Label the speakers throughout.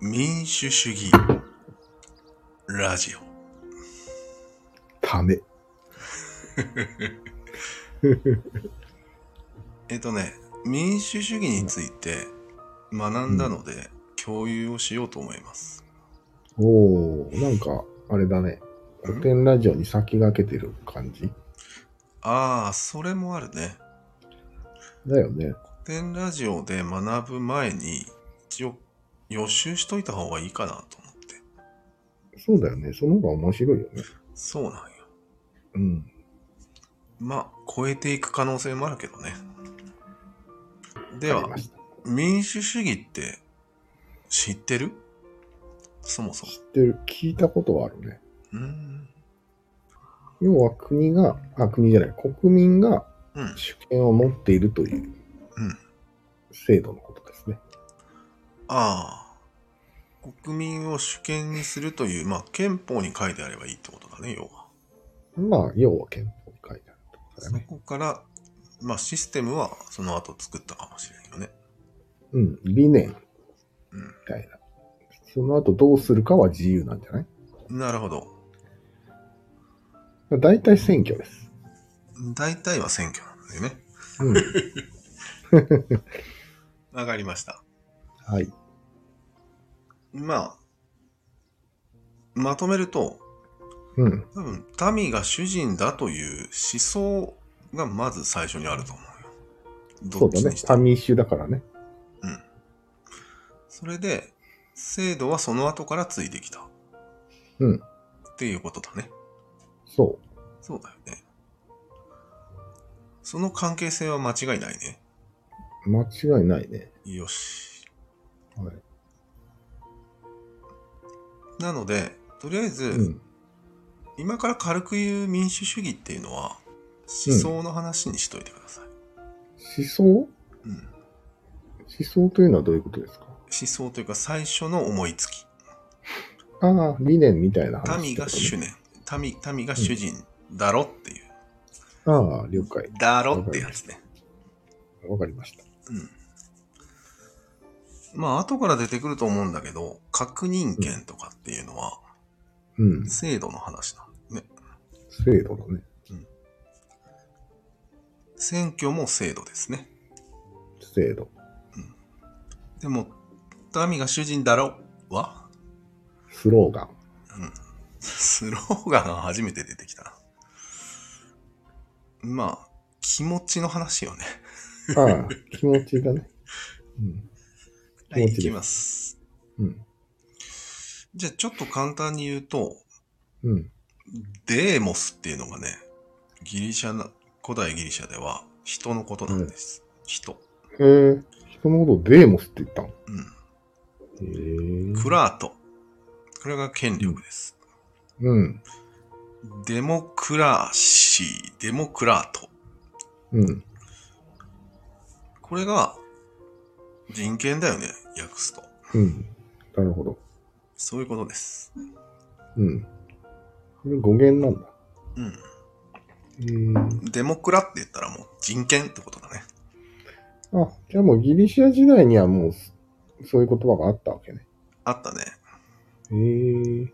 Speaker 1: 民主主義ラジオ。
Speaker 2: ため。
Speaker 1: えっとね、民主主義について学んだので、共有をしようと思います。
Speaker 2: おー、なんか、あれだね。古典ラジオに先駆けてる感じ
Speaker 1: ああ、それもあるね。
Speaker 2: だよね。
Speaker 1: 古典ラジオで学ぶ前に、一応予習しといた方がいいかなと思って。
Speaker 2: そうだよね。その方が面白いよね。
Speaker 1: そうなんよ。
Speaker 2: うん。
Speaker 1: まあ、超えていく可能性もあるけどね。で
Speaker 2: わか
Speaker 1: は
Speaker 2: りま、した
Speaker 1: 民主主義って知ってるそもそも
Speaker 2: 知ってる、聞いたことはあるね。。
Speaker 1: うーん。
Speaker 2: 要は国が、あ、国じゃない、国民が
Speaker 1: うん。
Speaker 2: 主権を持っているという
Speaker 1: うん
Speaker 2: 制度のことですね。
Speaker 1: ああ。国民を主権にするという、まあ、憲法に書いてあればいいってことだね、要は。
Speaker 2: まあ、要は憲法に書いてあるってことだ
Speaker 1: そ
Speaker 2: ね。
Speaker 1: こから、まあ、システムはその後作ったかもしれんよね。
Speaker 2: うん。理念み
Speaker 1: うん
Speaker 2: たいな。その後どうするかは自由なんじゃない
Speaker 1: なるほど。
Speaker 2: 大体選挙です。
Speaker 1: 大体は選挙なんだよね。
Speaker 2: うん。
Speaker 1: わかりました。
Speaker 2: はい。
Speaker 1: まあ、まとめると、
Speaker 2: うん。
Speaker 1: 多分、民が主人だという思想がまず最初にあると思うよ。
Speaker 2: そ
Speaker 1: ど
Speaker 2: う
Speaker 1: っち
Speaker 2: だね
Speaker 1: にし。て
Speaker 2: タ
Speaker 1: も。
Speaker 2: ミー種だからね。
Speaker 1: それで、制度はその後からついてきた。
Speaker 2: うん
Speaker 1: っていうことだね。
Speaker 2: そ
Speaker 1: そうだよね。その関係性は間違いないね。
Speaker 2: う。間違いないね。
Speaker 1: よし。
Speaker 2: はい。
Speaker 1: なので、とりあえず、
Speaker 2: うん。
Speaker 1: 今から軽く言う民主主義っていうのは、思想の話にしといてください。
Speaker 2: 思想思
Speaker 1: うん。思
Speaker 2: 想というのはどういうことですか
Speaker 1: 想というか最初の思いつき。
Speaker 2: ああ、理念みたいな話、
Speaker 1: 民が主
Speaker 2: ね。
Speaker 1: ね。民、民が主人だろっていう。
Speaker 2: ああ、了解。
Speaker 1: だろってやつね。
Speaker 2: わかりました。
Speaker 1: うん。まあ、後から出てくると思うんだけど、確認権とかっていうのは
Speaker 2: うん。
Speaker 1: 制度の話だ。ね。
Speaker 2: 制度だね。
Speaker 1: 選挙も制度ですね。
Speaker 2: 制度。
Speaker 1: でも、民が主人だろは、
Speaker 2: スローガン。
Speaker 1: うん、スローガンが初めて出てきたな。まあ、気持ちの話よね。
Speaker 2: ああ、気持ちだ ね。うん。
Speaker 1: は
Speaker 2: 気
Speaker 1: い、
Speaker 2: 持
Speaker 1: い
Speaker 2: ち
Speaker 1: きます。
Speaker 2: うん。
Speaker 1: じゃあ、ちょっと簡単に言うと、
Speaker 2: うん。
Speaker 1: デーモスっていうのがね、ギリシャな、古代ギリシャでは人のことなんです。人。
Speaker 2: えー、人のことをデーモスって言ったのへ
Speaker 1: う
Speaker 2: え
Speaker 1: ん。クラート。これが権力です。
Speaker 2: うん。
Speaker 1: デモクラシー、デモクラート。
Speaker 2: うん。
Speaker 1: これが人権だよね、訳すと。
Speaker 2: うん。なるほど。
Speaker 1: そういうことです。
Speaker 2: うん。これ語源なんだ。
Speaker 1: うん。
Speaker 2: えー、
Speaker 1: デモクラって言ったらもう人権ってことだね。
Speaker 2: あ、じゃあもうギリシア時代にはもうそ、そういう言葉があったわけね。
Speaker 1: あったね。
Speaker 2: へえ。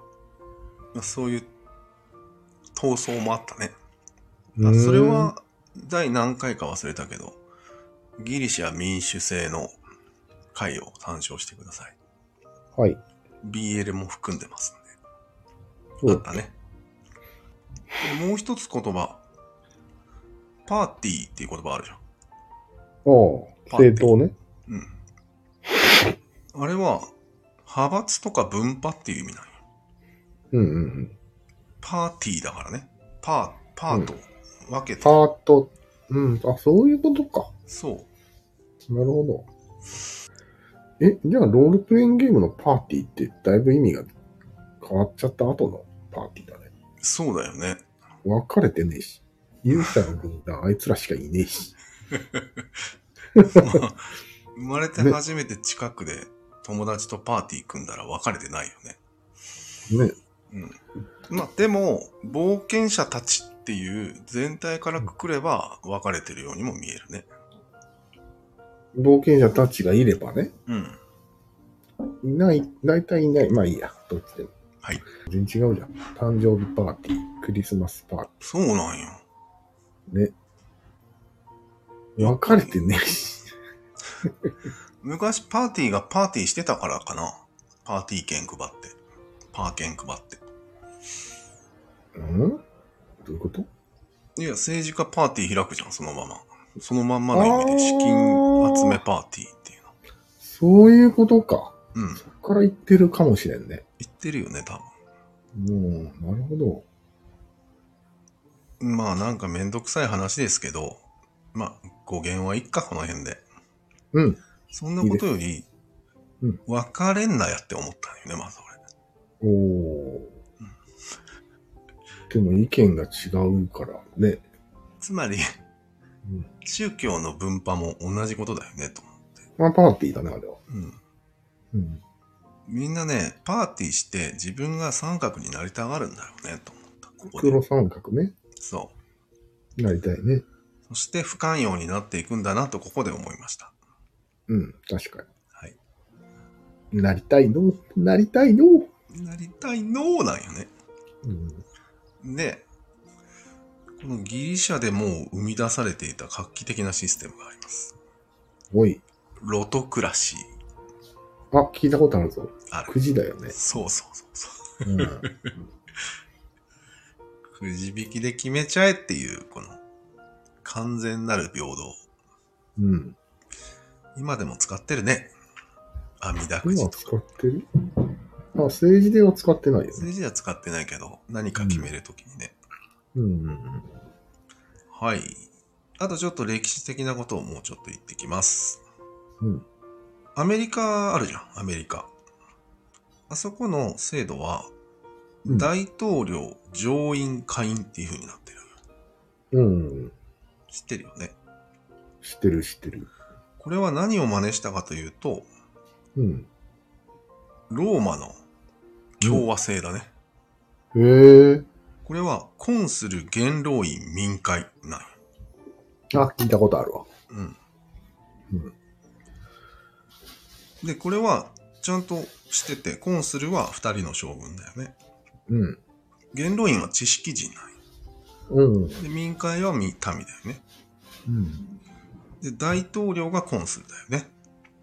Speaker 1: まあそういう闘争もあったね。
Speaker 2: う
Speaker 1: あ
Speaker 2: ん
Speaker 1: それ、は第何回か忘れたけど、ギリシャ民主制の回を参照してください。
Speaker 2: はい。
Speaker 1: BL も含んでますん
Speaker 2: そ
Speaker 1: で。あ
Speaker 2: う
Speaker 1: っ。たね。でもう一つ言葉。パーティーっていう言葉あるじゃん。
Speaker 2: ああ、
Speaker 1: パーティー
Speaker 2: 政党ね。
Speaker 1: うん。あれは、派閥とか分派っていう意味なんよ。
Speaker 2: うんうんうん。
Speaker 1: パーティーだからね。パー、パート、分けて。
Speaker 2: パート、うん、あ、そういうことか。
Speaker 1: そう。
Speaker 2: なるほど。え、じゃあロールプレイングゲームのパーティーってだいぶ意味が変わっちゃった後のパーティーだね。
Speaker 1: そうだよ ね。
Speaker 2: 分かれてねえし。ユーザーの国だ、あいつらしかいねえし。
Speaker 1: まあ生まれて初めて近くで友達とパーティー組んだら別れてないよね。
Speaker 2: ね。
Speaker 1: まあでも、冒険者たちっていう全体からくくれば別れてるようにも見えるね。
Speaker 2: 冒険者たちがいればね、
Speaker 1: うん。
Speaker 2: いない、大体いない。まあいいや、どっちでも。
Speaker 1: はい。
Speaker 2: 全然違うじゃん。誕生日パーティー、クリスマスパーテ
Speaker 1: そうなんよ。
Speaker 2: ィーね。分かれてねえし。
Speaker 1: 昔パーティーがパーティーしてたからかな。パーティー券配って。パー券配って。
Speaker 2: うんどういうこと
Speaker 1: いや、政治家パーティー開くじゃん、そのまま。そのまんまの意味
Speaker 2: あー
Speaker 1: で、資金集めパーティーっていう
Speaker 2: そういうことか。
Speaker 1: の。うん。
Speaker 2: そっから言ってるかもしれんね。
Speaker 1: 言ってるよね、多
Speaker 2: もう、なるほど。
Speaker 1: 分。まあ、なんかめんどくさい話ですけど、まあ、語源はいっか、この辺で。
Speaker 2: うん。
Speaker 1: そんなことより
Speaker 2: うん、
Speaker 1: 分かれんなやって思ったんよね、まず俺。
Speaker 2: おー。でも意見が違うからね。
Speaker 1: つまり、
Speaker 2: うん
Speaker 1: 宗教の分派も同じことだよね、と。
Speaker 2: まあパーティーだね、あれは。
Speaker 1: うん。
Speaker 2: うん。
Speaker 1: みんなね、パーティーして自分が三角になりたがるんだよね、と思った。ここで。
Speaker 2: 黒三角ね。
Speaker 1: そ
Speaker 2: なりたいね。
Speaker 1: う。そして不寛容になっていくんだなと、ここで思いました。
Speaker 2: うん、確か
Speaker 1: はい。
Speaker 2: に。なりたいのなりたいの
Speaker 1: なりたいのなんよね。
Speaker 2: うん。
Speaker 1: で、このギリシャでもう生み出されていた画期的なシステムがあります。
Speaker 2: おい。
Speaker 1: ロトクラシー。
Speaker 2: あ、聞いたことあるぞ。
Speaker 1: ある。
Speaker 2: くじだよね。
Speaker 1: そうそうそうそう。
Speaker 2: うん。
Speaker 1: くじ引きで決めちゃえっていう、この完全なる平等。
Speaker 2: うん。
Speaker 1: 今でも使ってるね。阿弥 陀くじ
Speaker 2: 今
Speaker 1: とか。
Speaker 2: 使ってるあ、政治では使ってないよね。
Speaker 1: 政治では使ってないけど、何か決めるときにね。
Speaker 2: うんうんうん。
Speaker 1: はい。あとちょっと歴史的なことをもうちょっと言ってきます。
Speaker 2: うん
Speaker 1: アメリカあるじゃん、アメリカ。あそこの制度は、
Speaker 2: うん
Speaker 1: 大統領、上院、下院っていう風になってる。
Speaker 2: うんうん。
Speaker 1: 知ってるよね。
Speaker 2: 知ってる知ってる。
Speaker 1: これは何を真似したかというと、
Speaker 2: うん。
Speaker 1: ローマの共和制だね。
Speaker 2: へ
Speaker 1: これは、コンする元老院民会なんよ
Speaker 2: え。あ、聞いたことあるわ。
Speaker 1: うん
Speaker 2: うん
Speaker 1: で、これはちゃんとしてて、コンスルは2人の将軍だよね。
Speaker 2: うん。
Speaker 1: 元老院は知識人なんよ
Speaker 2: うん。
Speaker 1: で、民会は民民だよね。
Speaker 2: うん。
Speaker 1: で、大統領がコンスルだよね。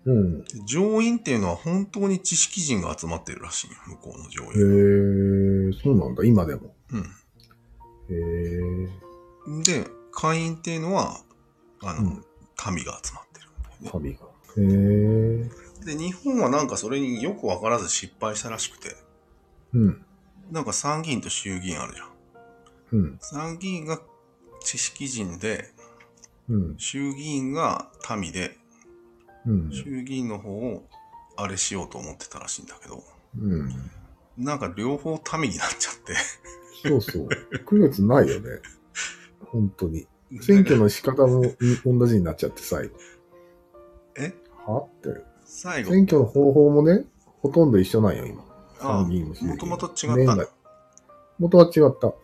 Speaker 2: うん。
Speaker 1: で上院っていうのは本当に知識人が集まってるらしいよ、向こうの上院。
Speaker 2: へえ、そうなんだ、今でも。へえ。
Speaker 1: うん。で、会員っていうのは、あの、
Speaker 2: うん
Speaker 1: 民が集まってるんだよね。
Speaker 2: 旅が。へえ。
Speaker 1: で、日本はなんかそれによくわからず失敗したらしくて、
Speaker 2: うん。
Speaker 1: なんか参議院と衆議院あるじゃん。
Speaker 2: うん。
Speaker 1: 参議院が知識人で、
Speaker 2: うん。
Speaker 1: 衆議院が民で、
Speaker 2: うん。
Speaker 1: 衆議院の方をあれしようと思ってたらしいんだけど、
Speaker 2: うん。
Speaker 1: なんか両方民になっちゃって。
Speaker 2: そうそう。区別ないよね。本当に。選挙の仕方も同じになっちゃって最後。
Speaker 1: え
Speaker 2: はって。
Speaker 1: 最後、
Speaker 2: 選挙の方法もね、ほとんど一緒なんよ、今。
Speaker 1: あ
Speaker 2: 参議院も衆議
Speaker 1: も
Speaker 2: 院
Speaker 1: と
Speaker 2: も
Speaker 1: もと違ったん
Speaker 2: 年
Speaker 1: だ
Speaker 2: 代。元は違った。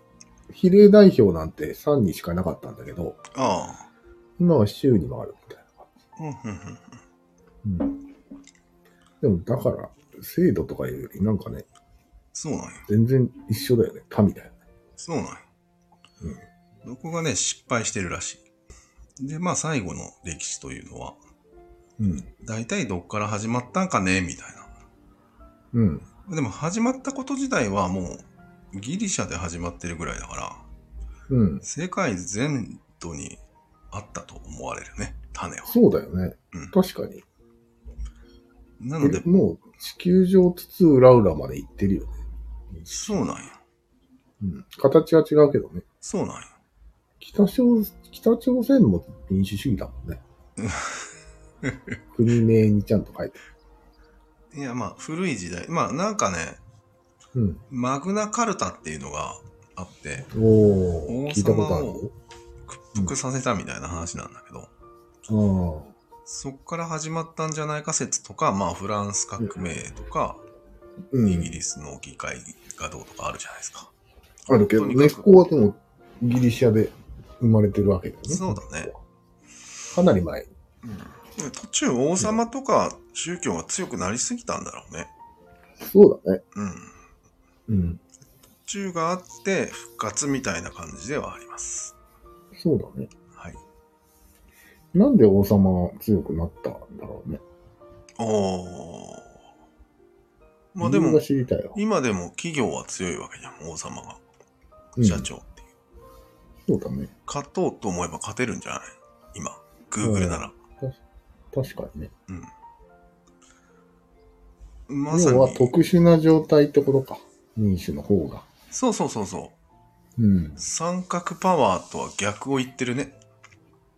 Speaker 2: 比例代表なんて3にしかなかったんだけど、
Speaker 1: ああ。
Speaker 2: 今は州にもあるみたい
Speaker 1: うんうんうん
Speaker 2: な。うん。でもだから、制度とかいうより、なんかね、
Speaker 1: そうなんよ。
Speaker 2: 全然一緒だよね。民だよね。
Speaker 1: そうなんよ。どこがね、失敗してるらしい。で、まあ最後の歴史というのは、
Speaker 2: うん。
Speaker 1: 大体どっから始まったんかね、みたいな。
Speaker 2: うん。
Speaker 1: でも始まったこと自体はもうギリシャで始まってるぐらいだから、
Speaker 2: うん。
Speaker 1: 世界全土にあったと思われるね、種は。
Speaker 2: そうだよね。
Speaker 1: うん
Speaker 2: 確かに。
Speaker 1: なので
Speaker 2: え、もう地球上津々浦々まで行ってるよね。
Speaker 1: そうなんや。
Speaker 2: うん。形は違うけどね。
Speaker 1: そうなんや。
Speaker 2: 北朝北朝鮮も民主主義だも んね。国名にちゃんと書いて
Speaker 1: いや、まあ、古い時代。まあ、なんかね、
Speaker 2: ある。
Speaker 1: マグナカルタっていうのがあって、
Speaker 2: うん。おお
Speaker 1: 王様を
Speaker 2: 聞いたことあるよ。
Speaker 1: 屈服させたみたいな話なんだけど、
Speaker 2: あ
Speaker 1: そっから始まったんじゃないか説とか、まあ、フランス革命とか、
Speaker 2: あ。う
Speaker 1: イギ
Speaker 2: ん。
Speaker 1: リスの議会がどうとかあるじゃないですか。
Speaker 2: あるけど、
Speaker 1: とに
Speaker 2: 根
Speaker 1: かく
Speaker 2: っこはでもギリシャで生まれてるわけだよね。
Speaker 1: そうだね。
Speaker 2: かなり前。
Speaker 1: うんね途中王様とか宗教が強くなりすぎたんだろうね。
Speaker 2: そうだね。
Speaker 1: うん。
Speaker 2: うん。
Speaker 1: 途中があって復活みたいな感じではあります。
Speaker 2: そうだね。
Speaker 1: はい。
Speaker 2: なんで王様は強くなったんだろうね。
Speaker 1: おー。まあで
Speaker 2: 理由
Speaker 1: も
Speaker 2: が、知りたいよ。
Speaker 1: 今でも企業は強いわけじゃん、王様が。
Speaker 2: うん
Speaker 1: 社長っていう。
Speaker 2: そうだね。
Speaker 1: 勝とうと思えば勝てるんじゃない今、Google なら。
Speaker 2: 確かにね。
Speaker 1: うん。まさ
Speaker 2: 要は
Speaker 1: に。
Speaker 2: 特殊な状態ってことか。民主の方が。
Speaker 1: そうそうそうそう。
Speaker 2: うん。
Speaker 1: 三角パワーとは逆を言ってるね。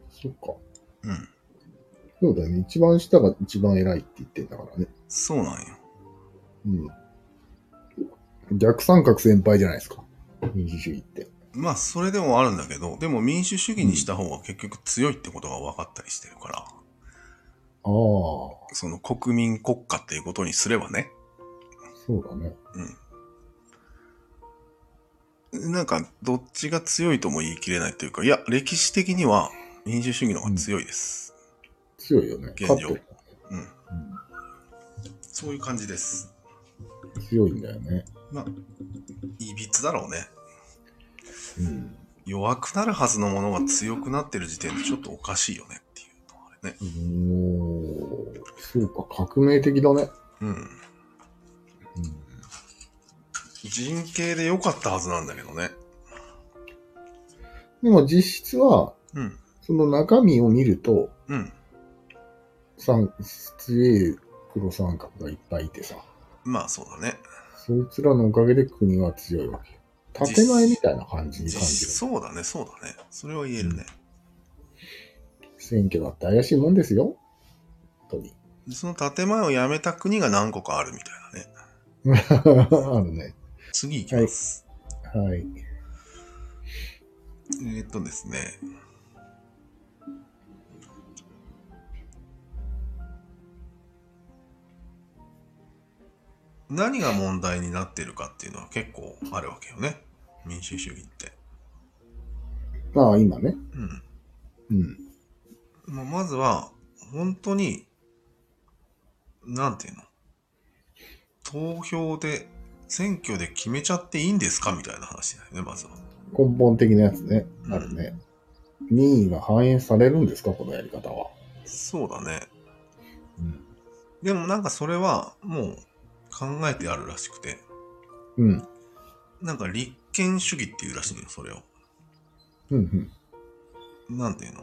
Speaker 2: そっか。
Speaker 1: うん。
Speaker 2: そうだよね。一番下が一番偉いって言ってんだからね。
Speaker 1: そうなんよ。
Speaker 2: うん。逆三角先輩じゃないですか。民主主義って。
Speaker 1: まあ、それでもあるんだけど、でも民主主義にした方が結局強いってことが分かったりしてるから、
Speaker 2: ああ、そ
Speaker 1: その国民国家っていうことにすればね、
Speaker 2: うだね。
Speaker 1: うん。なんか、どっちが強いとも言い切れないというか、いや、歴史的には民主主義の方が強いです。
Speaker 2: 強いよね。
Speaker 1: 現状
Speaker 2: 勝ってる、
Speaker 1: うん。そういう感じです。
Speaker 2: うん。強いんだよね。
Speaker 1: まあ、いびつだろうね。
Speaker 2: うん。
Speaker 1: 弱くなるはずのものが強くなってる時点でちょっとおかしいよねっていうのはあれね。
Speaker 2: おーそうか、革命的だね。
Speaker 1: うん。人形で良かったはずなんだけどね。
Speaker 2: でも実質は、
Speaker 1: うん。
Speaker 2: その中身を見ると、
Speaker 1: うん。
Speaker 2: 三、強い黒三角がいっぱいいてさ、
Speaker 1: まあそうだね。
Speaker 2: そいつらのおかげで国は強いわけよ。建前みたいな感じに感じる。
Speaker 1: そうだね、そうだね。それは言えるね。
Speaker 2: 選挙だって怪しいもんですよ。本
Speaker 1: その建前をやめた国が何個かあるみたいなね。
Speaker 2: 当に。あ るね。
Speaker 1: 次行きます。
Speaker 2: はい。
Speaker 1: えーっとですね。何が問題になってるかっていうのは結構あるわけよね。民主主義って。
Speaker 2: まあ今ね。
Speaker 1: うん。
Speaker 2: うん。
Speaker 1: まあ、まずは、本当に、なんていうの投票で、選挙で決めちゃっていいんですかみたいな話だよね、まずは。
Speaker 2: 根本的なやつね。あるね。民意が反映されるんですかこのやり方は。
Speaker 1: そうだね。
Speaker 2: うん。
Speaker 1: でもなんかそれは、もう、考えてあるらしくて、
Speaker 2: うん。
Speaker 1: なんか立憲主義っていうらしいのよ、それを。
Speaker 2: うん。うん。
Speaker 1: なんていうの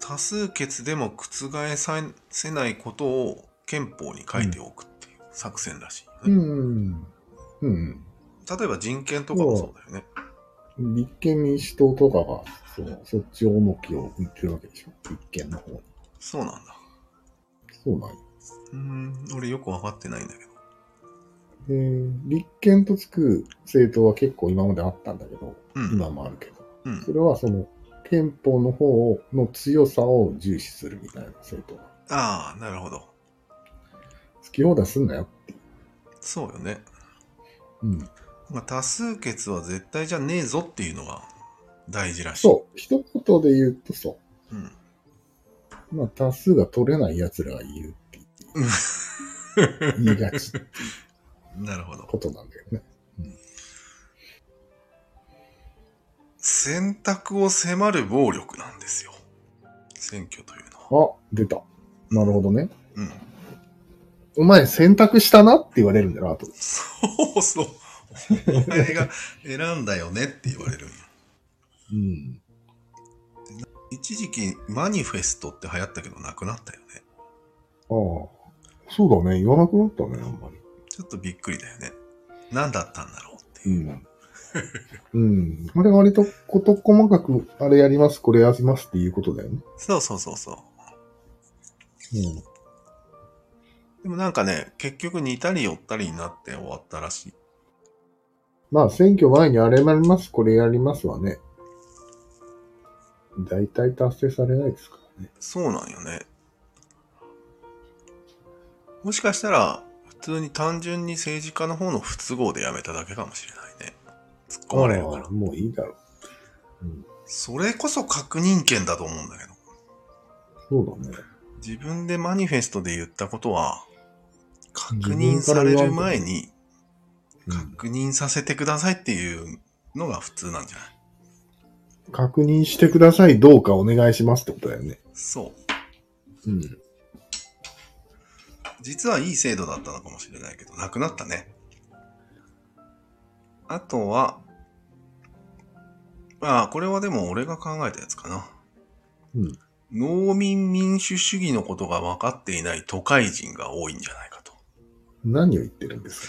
Speaker 1: 多数決でも覆させないことを憲法に書いておくっていう作戦らしいよ
Speaker 2: う
Speaker 1: ね、
Speaker 2: ん。うん。
Speaker 1: 例えば人権とかもそうだよね。
Speaker 2: 立憲民主党とかが、そう、そっち重きを置いてるわけでしょ。立憲の方に。
Speaker 1: そうなんだ。
Speaker 2: そうなんよ
Speaker 1: うーん、俺よくわかってないんだけど。
Speaker 2: で、立憲とつく政党は結構今まであったんだけど、
Speaker 1: うん。
Speaker 2: 今もあるけど、
Speaker 1: うん
Speaker 2: そ。れはその憲法の方の強さを重視するみたいな政党。
Speaker 1: ああ、なるほど。
Speaker 2: 好き放題すんなよ。
Speaker 1: そうよね。
Speaker 2: うん。
Speaker 1: まあ、多数決は絶対じゃねえぞっていうのが大事らしい。
Speaker 2: そう。一言で言うとそう。
Speaker 1: う。ん。
Speaker 2: まあ、多数が取れない奴らが言うっていう言いがちって
Speaker 1: なるほど。
Speaker 2: ことなんだよね。
Speaker 1: 選択を迫る暴力なんですよ。選挙というのは。
Speaker 2: あ、出た。なるほどね。
Speaker 1: うん。
Speaker 2: お前選択したなって言われるんだな、と。
Speaker 1: そうそう。お前が選んだよねって言われるんよ。
Speaker 2: うん。
Speaker 1: 一時期、マニフェストって流行ったけどなくなったよね。
Speaker 2: ああ。そうだね。言わなくなったね、あんま
Speaker 1: ちょっとびっくりだよね。何だったんだろうって
Speaker 2: り。
Speaker 1: いう。
Speaker 2: ん。うん。これ割とこと細かく、あれやります、これやりますっていうことだよね。
Speaker 1: そうそうそうそう。
Speaker 2: うん。
Speaker 1: でもなんかね、結局似たり寄ったりになって終わったらしい。
Speaker 2: まあ、選挙前にあれやります、これやりますはね、大体達成されないですからね。
Speaker 1: そうなんよね。もしかしたら、普通に単純に政治家の方の不都合でやめただけかもしれないね。突っ込まれるか
Speaker 2: あ
Speaker 1: ら
Speaker 2: あ。もういいだろう。うん。
Speaker 1: それこそ確認権だと思うんだけど。
Speaker 2: そうだね。
Speaker 1: 自分でマニフェストで言ったことは、確認される前に
Speaker 2: うん
Speaker 1: 確認させてくださいっていうのが普通なんじゃない
Speaker 2: 確認してください、どうかお願いしますってことだよね。
Speaker 1: そう。
Speaker 2: うん。
Speaker 1: 実はいい制度だったのかもしれないけど、なくなったね。あとは、ああ、これはでも俺が考えたやつかな。
Speaker 2: うん
Speaker 1: 農民民主主義のことが分かっていない都会人が多いんじゃないかと。
Speaker 2: 何を言ってるん ですか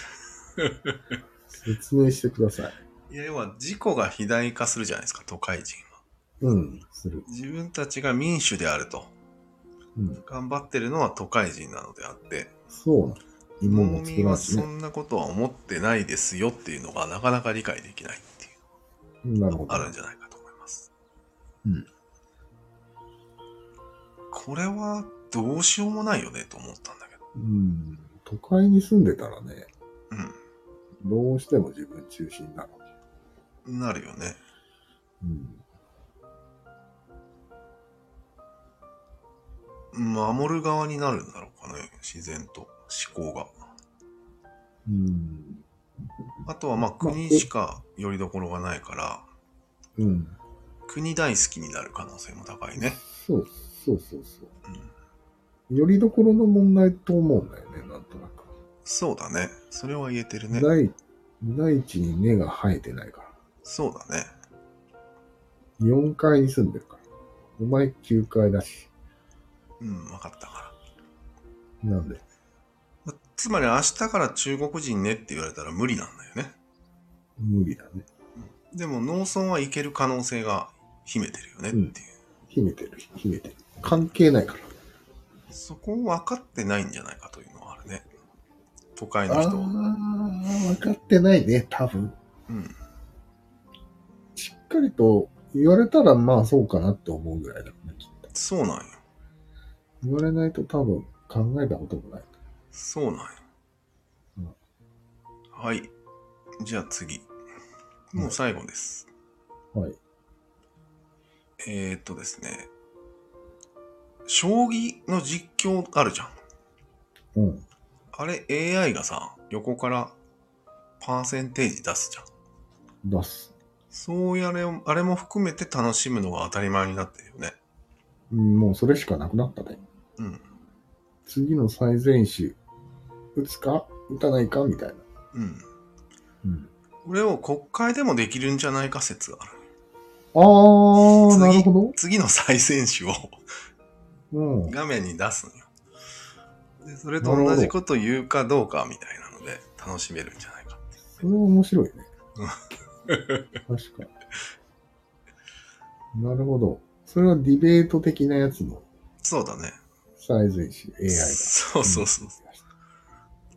Speaker 2: 説明してください。
Speaker 1: いや、要は自己が肥大化するじゃないですか、都会人は。
Speaker 2: うん、する。
Speaker 1: 自分たちが民主であると。
Speaker 2: うん、
Speaker 1: 頑張ってるのは都会人なのであって、
Speaker 2: そうなの。芋
Speaker 1: 農
Speaker 2: も作
Speaker 1: 民
Speaker 2: ら
Speaker 1: は
Speaker 2: んし
Speaker 1: そ
Speaker 2: ね。
Speaker 1: んなことは思ってないですよっていうのがなかなか理解できないっていう。
Speaker 2: なるほど
Speaker 1: あ。るんじゃないかと思います。
Speaker 2: うん
Speaker 1: これはどうしようもないよねと思ったんだけど。
Speaker 2: うん。都会に住んでたらね、どうしても自分中心なの。
Speaker 1: うん。なるよね。
Speaker 2: うん。
Speaker 1: 守る側になるんだろうかね。自然と思考が。
Speaker 2: うん。
Speaker 1: あとはまあ国しかよりどころがないから、
Speaker 2: うん。
Speaker 1: 国大好きになる可能性も高いね。
Speaker 2: そう、そうそうそう。
Speaker 1: うん、
Speaker 2: よりどころの問題と思うんだよね、なんとなく。
Speaker 1: そうだね。それは言えてるね。
Speaker 2: 大大地に根が生えてないから。
Speaker 1: そうだね。
Speaker 2: 4階に住んでるから。お前9階だし。
Speaker 1: うん、分かったから。
Speaker 2: なんで。
Speaker 1: まつまり明日から中国人ねって言われたら無理なんだよね。
Speaker 2: 無理だね。
Speaker 1: でも農村はいける可能性が秘めてるよねっていう、
Speaker 2: 秘めてる、秘めてる。関係ないから。
Speaker 1: そこを分かってないんじゃないかというのはあるね都会の
Speaker 2: ああ
Speaker 1: 人は
Speaker 2: ー、分かってないね、多分。
Speaker 1: うん
Speaker 2: しっかりと言われたら、まあそうかなって思うぐらいだもんね、きっと。
Speaker 1: そうなんよ
Speaker 2: 言われないと多分考えたこともない。
Speaker 1: そうなんよ、
Speaker 2: うん
Speaker 1: はいじゃあ次もう最後です、
Speaker 2: はい。
Speaker 1: えー、っとですね将棋の実況あるじゃん
Speaker 2: うん。
Speaker 1: あれ AI がさ横からパーセンテージ出すじゃん
Speaker 2: 出す。
Speaker 1: そうやれあれも含めて楽しむのが当たり前になってるよね
Speaker 2: うんもうそれしかなくなったね。
Speaker 1: うん
Speaker 2: 次の最善手、打つか打たないかみたいな。
Speaker 1: うん
Speaker 2: うん。
Speaker 1: これを国会でもできるんじゃないか説がある。
Speaker 2: あー、なるほど。
Speaker 1: 次の再選手を
Speaker 2: うん。
Speaker 1: 画面に出すのよ。で、それと同じこと言うかどうかみたいなので、楽しめるんじゃないか。
Speaker 2: それは面白いね
Speaker 1: うん。
Speaker 2: 確かに。なるほど。それはディベート的なやつの
Speaker 1: そうだね。
Speaker 2: 最善手 AI だ。
Speaker 1: そうそうそう。
Speaker 2: なる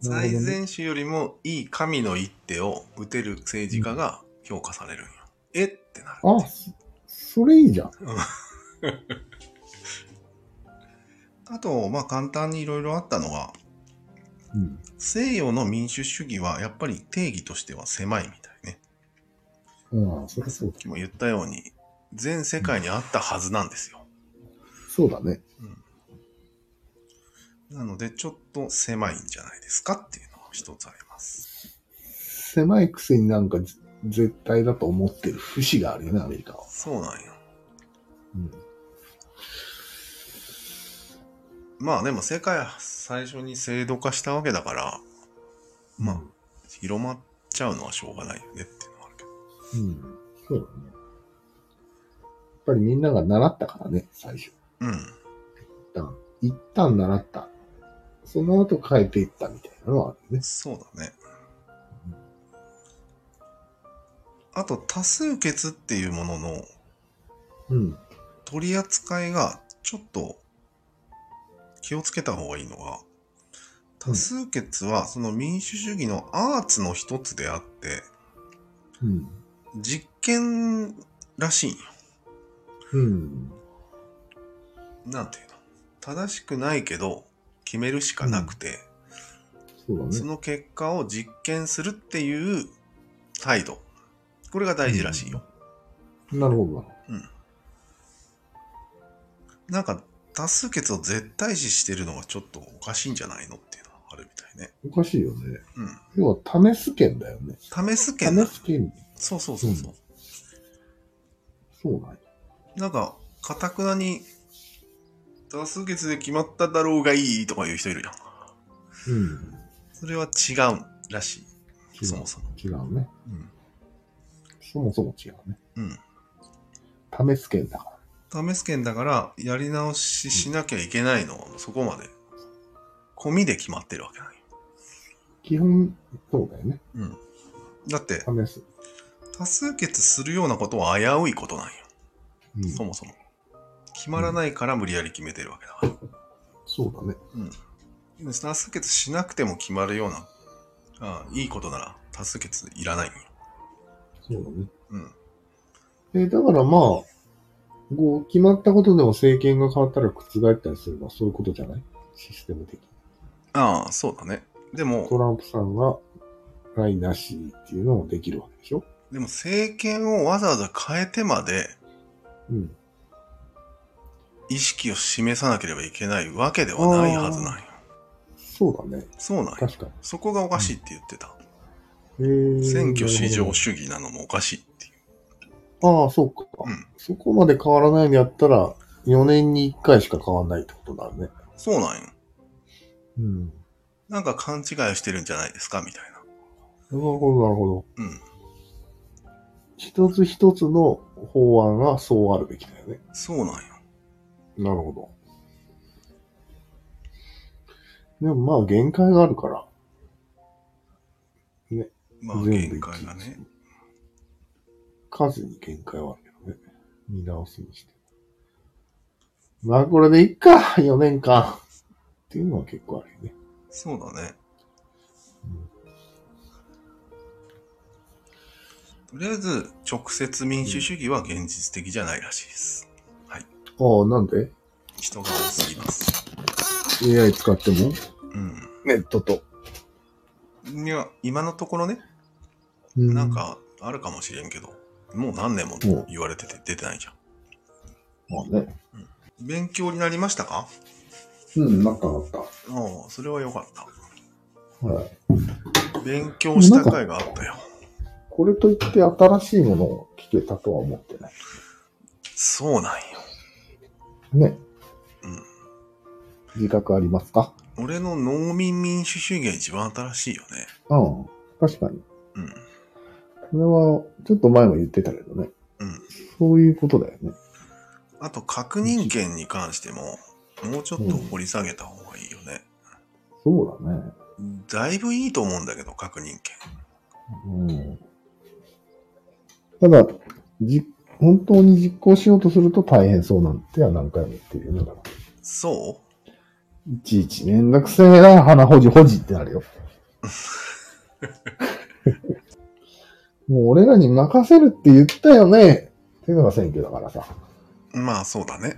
Speaker 1: 最
Speaker 2: ほどね
Speaker 1: 善手よりもいい神の一手を打てる政治家が評価されるんよ。えってなる。
Speaker 2: あ、そそれいいじゃん。
Speaker 1: あと、まあ簡単にいろいろあったのは、
Speaker 2: うん。
Speaker 1: 西洋の民主主義はやっぱり定義としては狭いみたいね。
Speaker 2: ああ、そりゃそうだ。
Speaker 1: も言ったように、全世界にあったはずなんですよ。
Speaker 2: そうだね。
Speaker 1: なので、ちょっと狭いんじゃないですかっていうのが一つあります。
Speaker 2: 狭いくせになんかぜ絶対だと思ってる節があるよね、アメリカは。
Speaker 1: そうなんよ。
Speaker 2: うん。
Speaker 1: まあでも世界は最初に制度化したわけだから、まあ、広まっちゃうのはしょうがないよねっていうのはあるけど。
Speaker 2: うん。そうだね。やっぱりみんなが習ったからね、最初。
Speaker 1: うん。
Speaker 2: 一旦、一旦習った。その後変えていったみたいなのはあるね。
Speaker 1: そうだね。あと、多数決っていうものの
Speaker 2: うん。
Speaker 1: 取り扱いがちょっと気をつけた方がいいのは、多数決はその民主主義のアーツの一つであって、
Speaker 2: うん。
Speaker 1: 実験らしいんよ。
Speaker 2: うん。
Speaker 1: なんていうの正しくないけど、決めるしかなくて、
Speaker 2: そうだ
Speaker 1: そ
Speaker 2: ね。
Speaker 1: の結果を実験するっていう態度。これが大事らしいよ。
Speaker 2: なるほどな。
Speaker 1: なんか、多数決を絶対視してるのがちょっとおかしいんじゃないのっていうのがあるみたいね。
Speaker 2: おかしいよね。
Speaker 1: う
Speaker 2: 要は、試す権だよね。
Speaker 1: ん。試す
Speaker 2: 試
Speaker 1: 権だ。
Speaker 2: す権。
Speaker 1: そうそうそうそう。
Speaker 2: そうなんや。
Speaker 1: なんか、かたくなに、多数決で決まっただろうがいいとか言う人いるじゃん。
Speaker 2: うん。
Speaker 1: それは違うらしい。そもそも。
Speaker 2: 違うね。
Speaker 1: うん。
Speaker 2: そもそも違うね。
Speaker 1: うん。
Speaker 2: 試す権だから。
Speaker 1: 試す権だから、やり直ししなきゃいけないの、そこまで。込みで決まってるわけない。
Speaker 2: 基本、そうだよね。
Speaker 1: うん。だって、
Speaker 2: 試す。
Speaker 1: 多数決するようなことは危ういことなんよ。
Speaker 2: うん。
Speaker 1: そもそも。決まらないから無理やり決めてるわけだから。
Speaker 2: そうだね。
Speaker 1: で多数決しなくても決まるような、あいいことなら多数決いらないんよ。
Speaker 2: そうだね。
Speaker 1: うん。
Speaker 2: えーだからまあ、こう、決まったことでも政権が変わったら覆ったりすればそういうことじゃないシステム的に。
Speaker 1: ああ、そうだね。で
Speaker 2: ト
Speaker 1: も、
Speaker 2: ランプさんが、はい、なしっていうのもできるわけでしょ
Speaker 1: でも政権をわざわざ変えてまで
Speaker 2: うん。
Speaker 1: 意識を示さなければいけないわけではないはずなんよ。
Speaker 2: そうだね。
Speaker 1: そうなんよ。
Speaker 2: 確か
Speaker 1: そこがおかしいって言ってた。
Speaker 2: に。えー
Speaker 1: 選挙至
Speaker 2: な
Speaker 1: 上
Speaker 2: る
Speaker 1: 主義なのもおかしいっていう。
Speaker 2: ほどああ、そうか、
Speaker 1: うん
Speaker 2: そこまで変わらないのやったら、4年に1回しか変わらないってことになるね。
Speaker 1: そうなんよ。
Speaker 2: うん。
Speaker 1: なんか勘違いをしてるんじゃないですかみたいな。
Speaker 2: なるほど、なるほど。
Speaker 1: うん。
Speaker 2: 一つ一つの法案がそうあるべきだよね。
Speaker 1: そうなんよ。
Speaker 2: なるほど。でもまあ限界があるから、
Speaker 1: まあ、
Speaker 2: 全部
Speaker 1: 限
Speaker 2: 一気
Speaker 1: 界が
Speaker 2: に
Speaker 1: ね。
Speaker 2: 数に限界はあるけどね。見直すにして。まあこれでいっか、4年間。っていうのは結構あるよね。
Speaker 1: そうだね。とりあえず、直接民主主義は現実的じゃないらしいです。
Speaker 2: ああ、なんで
Speaker 1: 人が多すぎます。
Speaker 2: ?AI 使っても
Speaker 1: う
Speaker 2: ネットと。
Speaker 1: ん。いや、今のところね、
Speaker 2: う
Speaker 1: なん。かあるかもしれんけど、もう何年も
Speaker 2: うん
Speaker 1: 言われてて出てないじゃん。
Speaker 2: まあね。
Speaker 1: 勉強になりましたか
Speaker 2: うん、なんかあった。
Speaker 1: ああ、それはよかった。
Speaker 2: はい。
Speaker 1: 勉強した回があったよ。
Speaker 2: これといって新しいものを聞けたとは思ってない。
Speaker 1: そうなんよ。
Speaker 2: ね。
Speaker 1: うん。
Speaker 2: 自覚ありますか
Speaker 1: 俺の農民民主主義が一番新しいよね。
Speaker 2: うん。確かに。
Speaker 1: うん。
Speaker 2: これは、ちょっと前も言ってたけどね。
Speaker 1: うん。
Speaker 2: そういうことだよね。
Speaker 1: あと、確認権に関しても、もうちょっと掘り下げた方がいいよね。
Speaker 2: そうだね。
Speaker 1: だいぶいいと思うんだけど、確認権。
Speaker 2: うん。ただ、じ、本当に実行しようとすると大変そうなんては何回も言ってるよね。だから
Speaker 1: そ
Speaker 2: いちいちめんどくせえな、鼻ほじほじってなる よ。もう俺らに任せるって言ったよね。っていうのが選挙だからさ。
Speaker 1: うまあ、そうだね。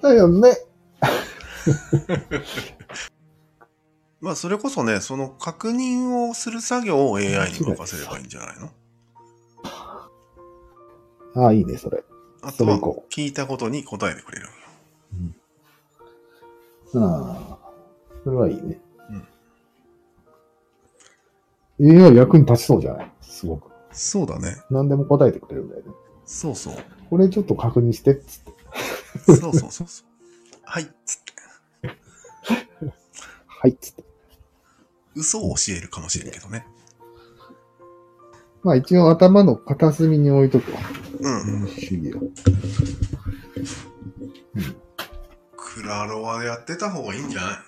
Speaker 2: だよね。
Speaker 1: まあ、それこそね、その確認をする作業を AI に任せればいいんじゃないの
Speaker 2: ああ、いいね、それ。
Speaker 1: あと
Speaker 2: それ
Speaker 1: は
Speaker 2: 以降、
Speaker 1: 聞いたことに答えてくれる。
Speaker 2: ああ、それはいいね。うん。AI 役に立ちそうじゃないすごく。
Speaker 1: そうだね。
Speaker 2: 何でも答えてくれるんだよね。
Speaker 1: そう そう。
Speaker 2: これちょっと確認してっつって。
Speaker 1: そうそうそうそう。 はい、つって。
Speaker 2: はいっつって。
Speaker 1: 嘘を教えるかもしれんけどね。
Speaker 2: まあ一応頭の片隅に置いとくわ。
Speaker 1: うん。
Speaker 2: 主義を。
Speaker 1: クラロワでやってた方がいいんじゃない